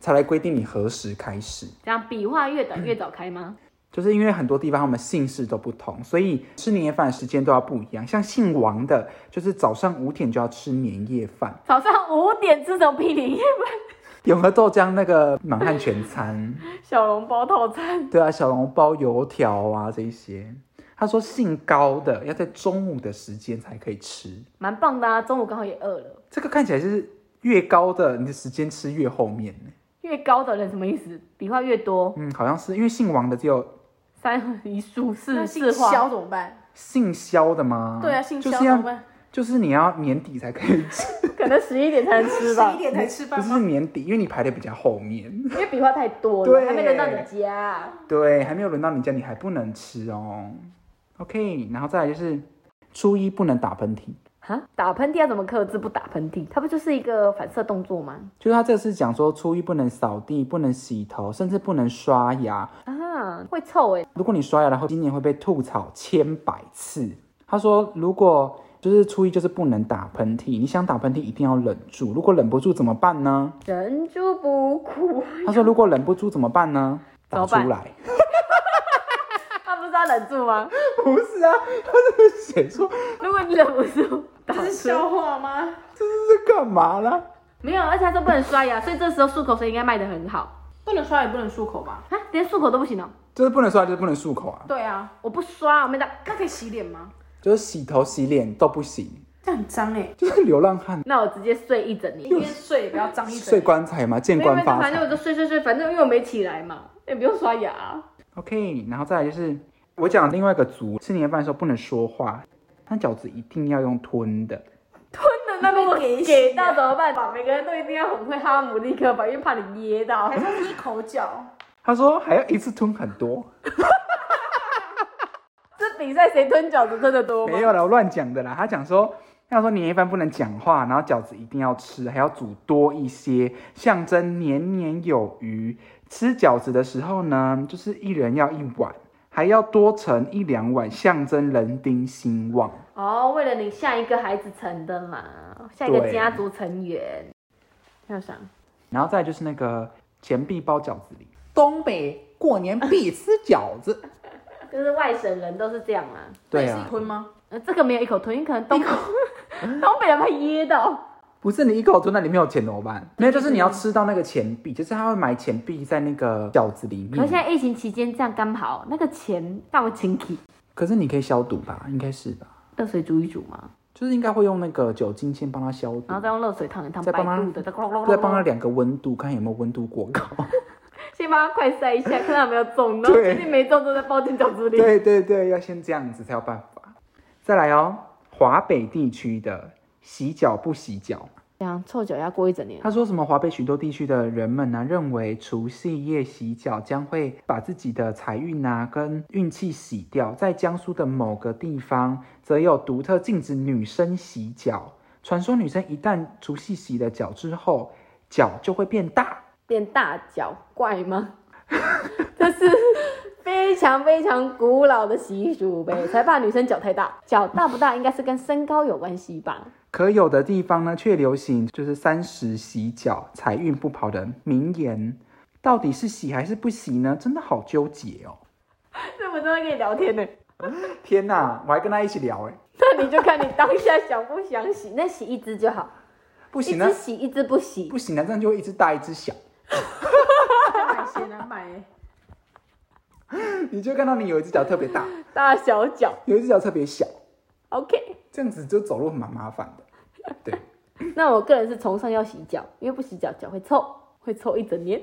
Speaker 1: 才来规定你何时开始。
Speaker 2: 这样笔画越短越早开吗？
Speaker 1: 就是因为很多地方他们姓氏都不同，所以吃年夜饭的时间都要不一样。像姓王的，就是早上五点就要吃年夜饭，
Speaker 2: 早上五点吃什么屁零
Speaker 1: 永和豆浆那个满汉全餐，
Speaker 2: 小笼包套餐，
Speaker 1: 对啊，小笼包、油条啊这一些。他说姓高的要在中午的时间才可以吃，
Speaker 2: 蛮棒的啊！中午刚好也饿了。
Speaker 1: 这个看起来就是越高的你的时间吃越后面呢。
Speaker 2: 越高的人什么意思？笔画越多，
Speaker 1: 嗯，好像是因为姓王的只有
Speaker 2: 三横一竖
Speaker 4: 那
Speaker 2: 四
Speaker 4: 姓
Speaker 2: 四画，
Speaker 4: 肖怎么办？
Speaker 1: 姓肖的吗？
Speaker 4: 对啊，姓
Speaker 1: 就
Speaker 4: 肖
Speaker 1: 是
Speaker 4: 怎么
Speaker 1: 要
Speaker 4: 办？
Speaker 1: 就是你要年底才可以吃，
Speaker 2: 可能十一点才能吃
Speaker 4: 十
Speaker 2: 吧
Speaker 4: 一，点才吃
Speaker 1: 不
Speaker 4: 饭
Speaker 1: 是
Speaker 4: 吗？
Speaker 1: 年底，因为你排的比较后面。
Speaker 2: 因为笔画太多了，
Speaker 1: 对
Speaker 2: 还没轮到你家。
Speaker 1: 对，还没有轮到你家，你还不能吃哦。OK，然后再来就是初一不能打喷嚏，
Speaker 2: 哈，打喷嚏要怎么克制不打喷嚏？它不就是一个反射动作吗？
Speaker 1: 就是他这次讲说初一不能扫地，不能洗头，甚至不能刷牙。
Speaker 2: 啊，会臭哎、
Speaker 1: 如果你刷牙，然后今年会被吐槽千百次。他说，如果就是初一就是不能打喷嚏，你想打喷嚏一定要忍住，如果忍不住怎么办呢？
Speaker 2: 人猪不苦，
Speaker 1: 他说，如果忍不住怎么办呢？
Speaker 2: 哎怎
Speaker 1: 打
Speaker 2: 么
Speaker 1: 出
Speaker 2: 办
Speaker 1: 来。
Speaker 2: 他不是要忍住吗？
Speaker 1: 不是啊，他这个写说
Speaker 2: 如果你忍不住，打
Speaker 4: 这是
Speaker 2: 出
Speaker 4: 笑话吗？
Speaker 1: 这是干嘛啦？
Speaker 2: 没有，而且他说不能刷牙，所以这时候漱口水应该卖的很好
Speaker 4: 不能刷也不能漱口吧？
Speaker 2: 啊，连漱口都不行哦。
Speaker 1: 就是不能刷，就是不能漱口啊，
Speaker 4: 对啊，
Speaker 2: 我不刷，我没打，
Speaker 4: 那可以洗脸吗？
Speaker 1: 就是洗头洗脸都不行，
Speaker 4: 这很脏哎、
Speaker 1: 就是流浪汉
Speaker 2: 那我直接睡一整年
Speaker 4: 一。边睡也不要脏一整
Speaker 1: 睡
Speaker 4: 夜。
Speaker 1: 棺材嘛，见
Speaker 2: 没有，没
Speaker 1: 棺
Speaker 2: 有
Speaker 1: 发
Speaker 2: 反正我
Speaker 1: 财。
Speaker 2: 就睡睡睡，反正因为我没起来嘛，也不用刷牙、啊
Speaker 1: OK，然后再来就是我讲另外一个族，吃年夜饭的时候不能说话，那饺子一定要用吞的。
Speaker 2: 真的，那如果给到怎么办？把每个人都一定要很会哈姆立克吧，因为怕你噎 到
Speaker 4: 还。是一口角，
Speaker 1: 他说还要一次吞很多，
Speaker 2: 这比赛谁吞饺子吞的多吗？
Speaker 1: 没有啦，我乱讲的啦。他讲说，他说年夜饭不能讲话，然后饺子一定要吃，还要煮多一些，象征年年有余。吃饺子的时候呢，就是一人要一碗，还要多盛一两碗，象征人丁兴旺。
Speaker 2: 哦，为了你下一个孩子成的嘛，下一个
Speaker 1: 对
Speaker 2: 家族成员。还有啥？
Speaker 1: 然后再来就是那个钱币包饺子里，东北过年必吃饺子。
Speaker 2: 就是外省人都是这样啊。
Speaker 1: 对
Speaker 4: 那也
Speaker 1: 啊
Speaker 4: 是，吞吗？
Speaker 2: 呃，这个没有一口吞，因为可能东 东北人怕噎到。
Speaker 1: 不是你一口吞，那里面有钱怎么办？没有，就是你要吃到那个钱币，就是他会买钱币在那个饺子里
Speaker 2: 可是
Speaker 1: 面。
Speaker 2: 现在疫情期间这样刚好，那个钱到我请起，
Speaker 1: 可是你可以消毒吧？应该是吧？
Speaker 2: 热水煮一煮嘛，
Speaker 1: 就是应该会用那个酒精先帮它消毒
Speaker 2: 然，后再用热水烫一烫，
Speaker 1: 再
Speaker 2: 白
Speaker 1: 帮他
Speaker 2: 肚的，再咕噜咕噜咕噜
Speaker 1: 再帮它量个温度，看有没有温度过 高。
Speaker 2: 先帮他快塞 一下，看他有没有中，然后
Speaker 1: 对
Speaker 2: 确定没中，就再包进饺子里。
Speaker 1: 对对对，要先这样子才有办法。再来哦，华北地区的洗脚不洗脚。
Speaker 2: 这样臭脚丫过一整年，
Speaker 1: 他说什么？华北许多地区的人们呢、认为除夕夜洗脚将会把自己的财运啊跟运气洗掉。在江苏的某个地方，则有独特禁止女生洗脚。传说女生一旦除夕洗了脚之后，脚就会变大。
Speaker 2: 变大脚怪吗？ 这是非常非常古老的习俗呗，才怕女生脚太大。脚大不大应该是跟身高有关系吧？
Speaker 1: 可有的地方呢，却流行就是三十洗脚，财运不跑的名言。到底是洗还是不洗呢？真的好纠结哦！
Speaker 2: 这我都在跟你聊天呢、
Speaker 1: 天哪，我还跟他一起聊哎，
Speaker 2: 那你就看你当下想不想洗，那洗一只就好，
Speaker 1: 不
Speaker 2: 一
Speaker 1: 行啊
Speaker 2: 只，洗一只不洗
Speaker 1: 不，行啊，这样就会一只大一只小。
Speaker 4: 再买些来买欸、
Speaker 1: 你就看到你有一只脚特别大，
Speaker 2: 大小脚
Speaker 1: 有一只脚特别小，
Speaker 2: OK。
Speaker 1: 这样子就走路很蛮麻烦的。对，
Speaker 2: 那我个人是崇尚要洗脚，因为不洗脚脚会臭，会臭一整年。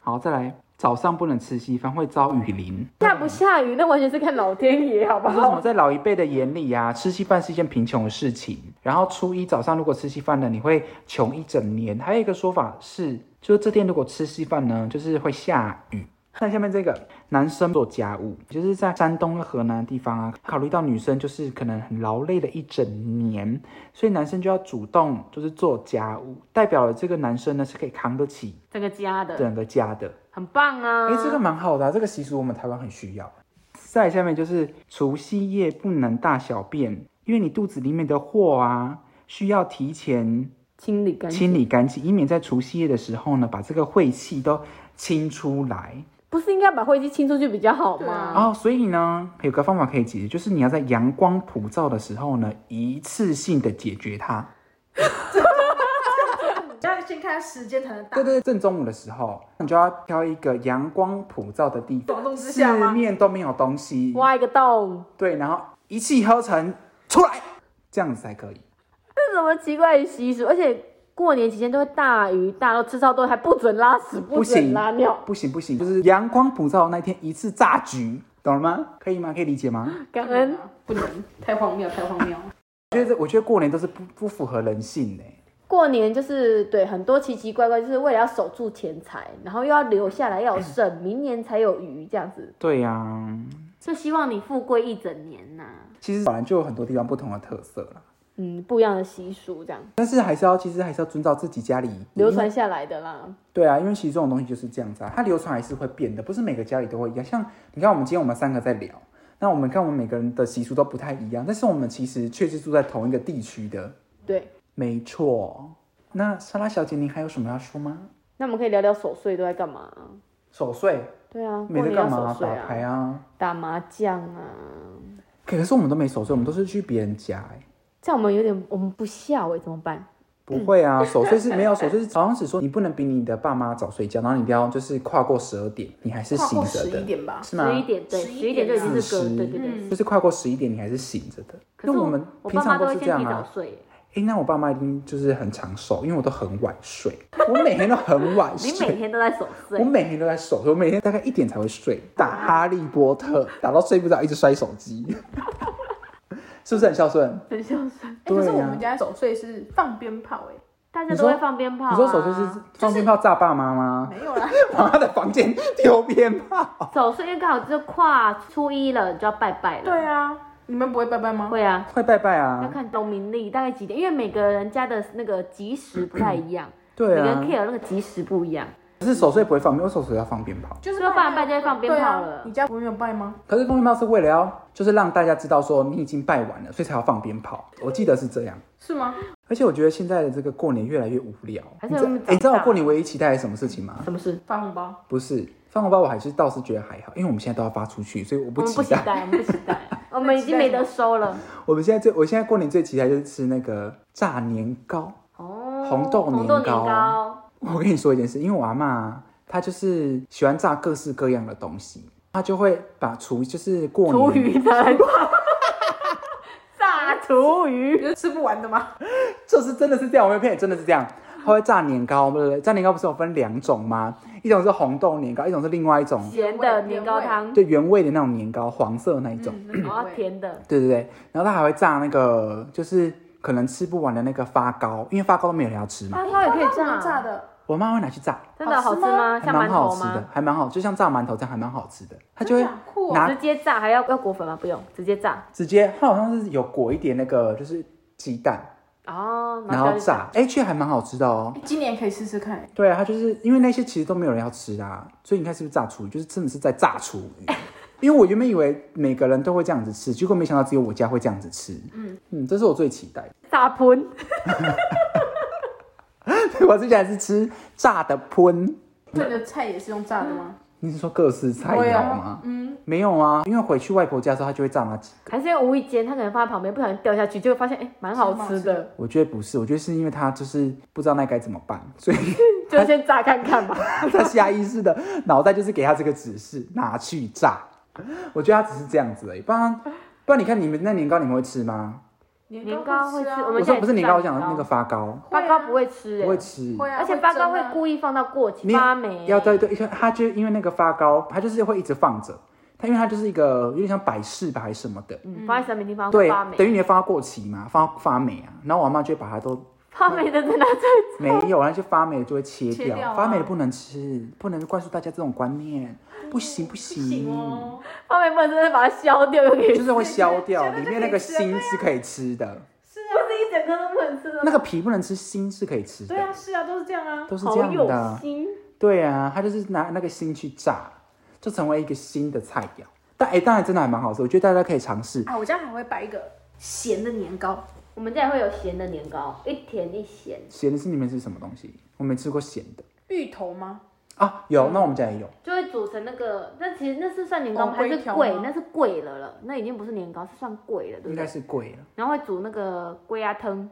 Speaker 1: 好，再来，早上不能吃稀饭，会遭雨淋。
Speaker 2: 下不下雨，那完全是看老天爷，好不
Speaker 1: 为什么
Speaker 2: 好？
Speaker 1: 在老一辈的眼里啊，吃稀饭是一件贫穷的事情。然后初一早上如果吃稀饭呢，你会穷一整年。还有一个说法是，就是这店如果吃稀饭呢，就是会下雨。那下面这个男生做家务，就是在山东、河南的地方啊，考虑到女生就是可能很劳累了一整年，所以男生就要主动就是做家务，代表了这个男生呢是可以扛得起
Speaker 2: 整个家的
Speaker 1: 整个家的。
Speaker 2: 很棒啊！
Speaker 1: 哎、这个蛮好的、啊，这个习俗我们台湾很需要。再下面就是除夕夜不能大小便，因为你肚子里面的货啊，需要提前
Speaker 2: 清理干净，
Speaker 1: 清理干净，以免在除夕夜的时候呢，把这个晦气都清出来。
Speaker 2: 不是应该把灰机清出去比较好
Speaker 4: 对
Speaker 2: 吗？
Speaker 4: 啊
Speaker 1: 哦，所以呢，有个方法可以解决，就是你要在阳光普照的时候呢，一次性的解决它。
Speaker 4: 你要先看时间才能打
Speaker 1: 对。对，对正中午的时候，你就要挑一个阳光普照的地方，
Speaker 4: 广东之
Speaker 1: 四
Speaker 4: 下吗？
Speaker 1: 面都没有东西，
Speaker 2: 挖一个洞，
Speaker 1: 对，然后一气呵成出来，这样子才可以。
Speaker 2: 这什么奇怪的习俗？而且过年期间都会大鱼大肉，吃超多还不准拉屎，
Speaker 1: 不
Speaker 2: 准
Speaker 1: 行
Speaker 2: 拉尿，
Speaker 1: 不行不行，就是阳光普照的那天一次炸局，懂了吗？可以吗？可以理解吗？
Speaker 2: 感恩。
Speaker 4: 不能，太荒谬，太荒谬。
Speaker 1: 我觉得这我觉得过年都是不不符合人性的、
Speaker 2: 过年就是对很多奇奇怪怪，就是为了要守住钱财，然后又要留下来，要有 剩，明年才有余这样子。
Speaker 1: 对呀、
Speaker 2: 就希望你富贵一整年呐、
Speaker 1: 其实本来就有很多地方不同的特色啦，
Speaker 2: 嗯，不一样的习俗这样
Speaker 1: 但是还是要其实还是要遵照自己家里
Speaker 2: 流传下来的啦。
Speaker 1: 对啊，因为其实这种东西就是这样子啊，它流传还是会变的，不是每个家里都会一样。像你看，我们今天我们三个在聊，那我们看我们每个人的习俗都不太一样，但是我们其实却是住在同一个地区的，
Speaker 2: 对，
Speaker 1: 没错。那莎拉小姐，您还有什么要说吗？
Speaker 2: 那我们可以聊聊守岁都在干嘛？
Speaker 1: 守岁
Speaker 2: 对啊，过
Speaker 1: 没在
Speaker 2: 年要
Speaker 1: 干
Speaker 2: 守
Speaker 1: 嘛？
Speaker 2: 岁
Speaker 1: 打牌
Speaker 2: 啊，
Speaker 1: 啊？
Speaker 2: 打麻将啊。
Speaker 1: 可可是我们都没守岁，我们都是去别人家、欸。
Speaker 2: 这样我们有点我们不孝哎、怎么办？
Speaker 1: 不会啊，守岁是没有守岁是好像是说你不能比你的爸妈早睡觉，然后你一定要就是跨过十二点，你还是
Speaker 4: 跨
Speaker 1: 醒
Speaker 4: 过
Speaker 1: 着
Speaker 4: 十一
Speaker 1: 的，
Speaker 4: 点吧，
Speaker 1: 是吗？
Speaker 2: 点对
Speaker 4: 11点
Speaker 1: 四十，嗯
Speaker 4: 对
Speaker 1: 就是快过十一点，你还是醒着的。那我们平常都是这样啊。
Speaker 2: 睡、
Speaker 1: 诶，那我爸妈一定就是很长寿，因为我都很晚睡，我每天都很 晚睡，
Speaker 2: 天都在守
Speaker 1: 我每天都在守，我每天大概一点才会睡，打
Speaker 2: 啊
Speaker 1: 哈利波特打到睡不着，一直摔手机， 是不是很孝顺？
Speaker 2: 很孝顺，
Speaker 4: 哎，可是
Speaker 1: 对
Speaker 4: 我
Speaker 1: 啊
Speaker 4: 们家守岁是放鞭炮，哎，
Speaker 2: 大
Speaker 1: 家都会
Speaker 2: 放鞭炮、啊
Speaker 1: 你说守岁是放鞭炮炸爸妈吗？
Speaker 4: 没有啦，
Speaker 1: 妈妈的房间丢鞭炮，
Speaker 2: 守岁，因为刚好就跨初一了，就要拜拜了。
Speaker 4: 对，啊，你们不会拜拜吗？
Speaker 2: 会啊，
Speaker 1: 快拜拜
Speaker 2: 要
Speaker 1: 啊！
Speaker 2: 看农民历大概几点，因为每个人家的那个吉时不太一样，每
Speaker 1: 对
Speaker 2: 个人
Speaker 1: 啊，
Speaker 2: care 那个吉时不一样。
Speaker 1: 可是守岁不会放鞭，我守岁要放鞭炮。
Speaker 4: 就是
Speaker 2: 所以
Speaker 4: 拜
Speaker 2: 爸爸就会放鞭
Speaker 4: 对啊
Speaker 2: 炮了
Speaker 4: 你家不会没有拜吗？
Speaker 1: 可是放鞭炮是为了要，就是让大家知道说你已经拜完了，所以才要放鞭炮。我记得是这样。
Speaker 4: 是吗？
Speaker 1: 而且我觉得现在的这个过年越来越无聊。
Speaker 2: 还是
Speaker 1: 你知
Speaker 2: 我们
Speaker 1: 诶你知道
Speaker 2: 长
Speaker 1: 我
Speaker 2: 大
Speaker 1: 过年唯一期待是什么事情吗？
Speaker 2: 什么事？
Speaker 4: 发红包，
Speaker 1: 不是放红包，我还是倒是觉得还好，因为我们现在都要发出去，所以我
Speaker 2: 我
Speaker 1: 不
Speaker 2: 们
Speaker 1: 期
Speaker 2: 不
Speaker 1: 待。
Speaker 2: 期待，我们不期待，我们已经没得收了。
Speaker 1: 我们现在最，我现在过年最期待就是吃那个炸年糕。
Speaker 2: 哦，
Speaker 1: 红豆
Speaker 2: 红豆
Speaker 1: 年
Speaker 2: 年
Speaker 1: 糕
Speaker 2: 糕，
Speaker 1: 我跟你说一件事，因为我阿妈她就是喜欢炸各式各样的东西，她就会把厨就是过
Speaker 2: 厨
Speaker 1: 年
Speaker 2: 余的 炸厨余。
Speaker 4: 你是吃不完的吗？
Speaker 1: 就是真的是这样，我没有骗你，真的是这样。她会炸年糕，对不对？炸年糕不是有分两种吗？一种是红豆年糕，一种是另外一种
Speaker 2: 咸的年糕汤，
Speaker 1: 就原味的那种年糕，黄色那一种。
Speaker 4: 嗯
Speaker 2: 然后，哦甜的，
Speaker 1: 对对对，然后他还会炸那个，就是可能吃不完的那个发糕，因为发糕都没有人要吃嘛。
Speaker 2: 蛋糕也可以
Speaker 4: 炸炸
Speaker 2: 炸，
Speaker 4: 的，
Speaker 1: 我妈会拿去炸，
Speaker 2: 真的好
Speaker 4: 好
Speaker 2: 吃
Speaker 4: 吃
Speaker 2: 吗？
Speaker 4: 吗
Speaker 1: 还
Speaker 2: 啊像
Speaker 1: 蛮
Speaker 2: 馒
Speaker 1: 好
Speaker 2: 头
Speaker 1: 吃的
Speaker 2: 吗？，
Speaker 1: 还蛮好，就像炸馒头这样，还蛮好吃的。她就会
Speaker 4: 真假酷哦
Speaker 1: 拿
Speaker 2: 直接炸还要要裹粉吗？不用，直接炸
Speaker 1: 直接，她好像是有裹一点那个就是鸡蛋，
Speaker 2: 哦，
Speaker 1: 然后炸，哎，却还蛮好吃的哦。
Speaker 4: 今年可以试试看。欸
Speaker 1: 对啊，它就是因为那些其实都没有人要吃啊，所以你看是不是炸厨余，就是真的是在炸厨余。因为我原本以为每个人都会这样子吃，结果没想到只有我家会这样子吃。嗯嗯，这是我最期待的。
Speaker 2: 炸喷，
Speaker 1: 我之前是吃炸的喷，
Speaker 4: 这个菜也是用炸的吗？
Speaker 1: 你是说各式菜
Speaker 4: 对
Speaker 1: 肴
Speaker 4: 啊
Speaker 1: 吗，？
Speaker 4: 嗯，
Speaker 1: 没有啊，因为回去外婆家的时候，她就会炸那几个。
Speaker 2: 还是因为无意间它可能放在旁边，不小心掉下去，就发现哎，蛮好吃
Speaker 4: 蛮好
Speaker 2: 的，
Speaker 1: 我觉得不是，我觉得是因为她就是不知道那该怎么办， 所以
Speaker 2: 就先炸看看吧。
Speaker 1: 她下意识的脑袋就是给她这个指示，拿去炸。我觉得她只是这样子而已，不然不然你看你们那年糕你们会吃吗？
Speaker 4: 年
Speaker 2: 年糕会吃
Speaker 4: 啊
Speaker 2: 我
Speaker 1: 我
Speaker 2: 们
Speaker 1: 说
Speaker 2: 家也
Speaker 1: 不是
Speaker 2: 吃
Speaker 1: 年糕，
Speaker 2: 炸
Speaker 1: 我讲的
Speaker 2: 年糕
Speaker 1: 那个发糕，
Speaker 4: 会啊
Speaker 2: 八糕不会吃，
Speaker 1: 不
Speaker 2: 哎
Speaker 1: 会吃。
Speaker 4: 会啊，
Speaker 2: 而且八糕会
Speaker 4: 蒸啊
Speaker 2: 故意放到过期
Speaker 1: 没有
Speaker 2: 发霉，
Speaker 1: 要对对，她就因为那个发糕，她就是会一直放着，她因为它就是一个有点像摆饰吧还是什么的，
Speaker 2: 嗯放在神明地方
Speaker 1: 对
Speaker 2: 会发，霉，
Speaker 1: 等于你的发过期嘛，发发霉啊，然后我妈就会把它都
Speaker 2: 发霉的在哪里？
Speaker 1: 没有，然后就发霉了就会切
Speaker 4: 切
Speaker 1: 掉，
Speaker 4: 掉啊
Speaker 1: 发霉了不能吃，不能灌输大家这种观念，不行不
Speaker 4: 不行哦，
Speaker 1: 嗯
Speaker 2: 发霉不能真的把它削掉，又可以
Speaker 1: 就
Speaker 2: 吃，
Speaker 1: 是会削掉，
Speaker 4: 现在
Speaker 1: 里
Speaker 4: 就
Speaker 1: 面那个
Speaker 4: 可以吃了
Speaker 1: 心是可以吃的，
Speaker 4: 是啊，
Speaker 2: 一整颗都不能吃的
Speaker 1: 那个皮不能吃，心是可以吃的
Speaker 4: 对，啊，是啊，都是这样啊。
Speaker 1: 都是
Speaker 2: 好
Speaker 1: 这样
Speaker 2: 有
Speaker 1: 的，
Speaker 2: 心。
Speaker 1: 对啊，它就是拿那个心去炸，就成为一个新的菜肴。但哎、当然真的还蛮好吃，我觉得大家可以尝试。
Speaker 4: 啊，我家还会摆一个咸的年糕，
Speaker 2: 我们家也会有咸的年糕，一甜一咸。
Speaker 1: 咸的是你们是什么东西？我没吃过咸的，
Speaker 4: 芋头吗？
Speaker 1: 啊，有，那我们家也有，
Speaker 2: 就会组成那个，那其实那是算年糕
Speaker 4: 哦
Speaker 2: 吗？还是
Speaker 4: 龟条
Speaker 2: 贵
Speaker 4: 吗？
Speaker 2: 那是贵了了，那已经不是年糕，是算贵了，对
Speaker 1: 应
Speaker 2: 不
Speaker 1: 该
Speaker 2: 对？
Speaker 1: 是贵了。
Speaker 2: 然后会煮那个龟鸭汤，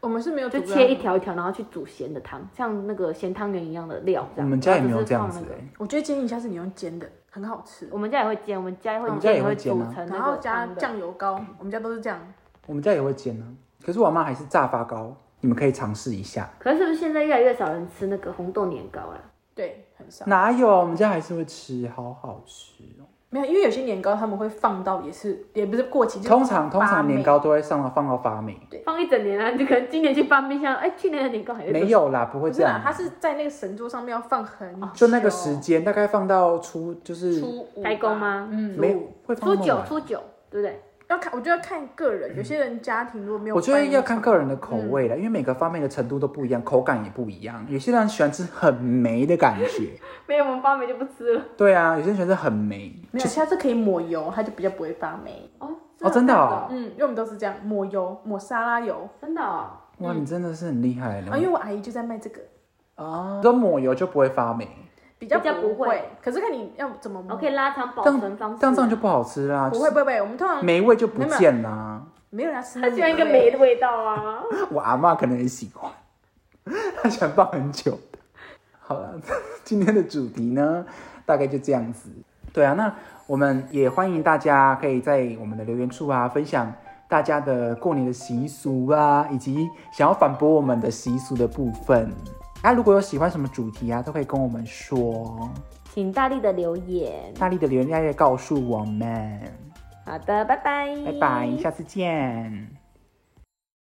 Speaker 4: 我们是没有煮
Speaker 2: 就
Speaker 4: 到
Speaker 2: 切一，条一条，然后去煮咸的汤，像那个咸汤圆一样的料这
Speaker 1: 我
Speaker 2: 样。
Speaker 1: 们家也没有
Speaker 2: 啊然后就是
Speaker 1: 这样
Speaker 2: 放
Speaker 1: 子
Speaker 2: 那个
Speaker 1: 哎、
Speaker 4: 我觉得建议一下是你用煎的，很好吃。
Speaker 2: 我们家也会煎，我们家也会
Speaker 1: 我们
Speaker 2: 用
Speaker 1: 家也
Speaker 2: 煎，
Speaker 1: 会
Speaker 2: 会
Speaker 1: 煎
Speaker 2: 煮
Speaker 1: 啊
Speaker 2: 成
Speaker 4: 然
Speaker 2: 那
Speaker 4: 后
Speaker 2: 个
Speaker 4: 加
Speaker 2: 汤的。
Speaker 4: 酱油膏，我们家都是这样。
Speaker 1: 我们家也会煎呢、可是我妈还是炸发糕，你们可以尝试一下。
Speaker 2: 可是是不是现在越来越少人吃那个红豆年糕了？
Speaker 4: 对，很少。
Speaker 1: 哪有？我们家还是会吃，好好吃哦。
Speaker 4: 没有，因为有些年糕他们会放到也是也不是过期，就是
Speaker 1: 通常通
Speaker 4: 发
Speaker 1: 常
Speaker 4: 霉
Speaker 1: 年糕都会上到放到发霉，
Speaker 2: 放一整年啊，你可能今年去翻冰箱，哎，去年的年糕还在这
Speaker 1: 没有啦，不会
Speaker 4: 不是
Speaker 1: 这
Speaker 4: 啦
Speaker 1: 样，。
Speaker 4: 它是在那个神桌上面要放很久，
Speaker 1: 就那个时间，大概放到初就是
Speaker 4: 初五吧
Speaker 2: 开工？吗？
Speaker 4: 嗯，
Speaker 1: 没有会放
Speaker 2: 初
Speaker 1: 那么
Speaker 2: 九，
Speaker 1: 晚
Speaker 2: 初九，对不对？
Speaker 4: 要看，我觉得要看个人，有些人家庭如果没有，
Speaker 1: 嗯我觉得要看个人的口味
Speaker 4: 嗯
Speaker 1: 了，因为每个方面的程度都不一样，口感也不一样。有些人喜欢吃很霉的感 觉，
Speaker 2: 没有，我们发霉就不吃了。
Speaker 1: 对啊，有些人喜欢吃很霉。
Speaker 4: 没有，下次可以抹油，它就比较不会发霉。
Speaker 2: 哦，
Speaker 1: 哦真的哦
Speaker 4: 嗯，因为我们都是这样抹油，抹沙拉油
Speaker 2: 真的哦，
Speaker 1: 哇，你真的是很厉害
Speaker 4: 啊，因为
Speaker 1: 了
Speaker 4: 我阿姨就在卖这个，
Speaker 1: 啊！都抹油就不会发霉，
Speaker 4: 比较
Speaker 2: 比较
Speaker 4: 不
Speaker 2: 不会，
Speaker 4: 可是看你要怎么抹。
Speaker 2: 我可以拉长保
Speaker 1: 这样
Speaker 2: 存方式。
Speaker 1: 这样这样就不好吃啦，
Speaker 4: 啊不
Speaker 1: 就
Speaker 4: 会
Speaker 1: 是
Speaker 4: 不会不会，我们通常
Speaker 1: 霉味就不见啦。
Speaker 4: 没有人要吃那
Speaker 2: 它
Speaker 4: 个
Speaker 2: 喜欢一个霉的味道啊。
Speaker 1: 我阿嬷可能很喜欢， 她喜欢放很久的。好了， 今天的主题呢，大概就这样子。对啊，那我们也欢迎大家可以在我们的留言处啊，分享大家的过年的习俗啊，以及想要反驳我们的习俗的部分。啊，如果有喜欢什么主题啊，都可以跟我们说。
Speaker 2: 请大力的留言。
Speaker 1: 大力的留言要告诉我们。
Speaker 2: 好的，拜拜，
Speaker 1: 拜拜，下次见。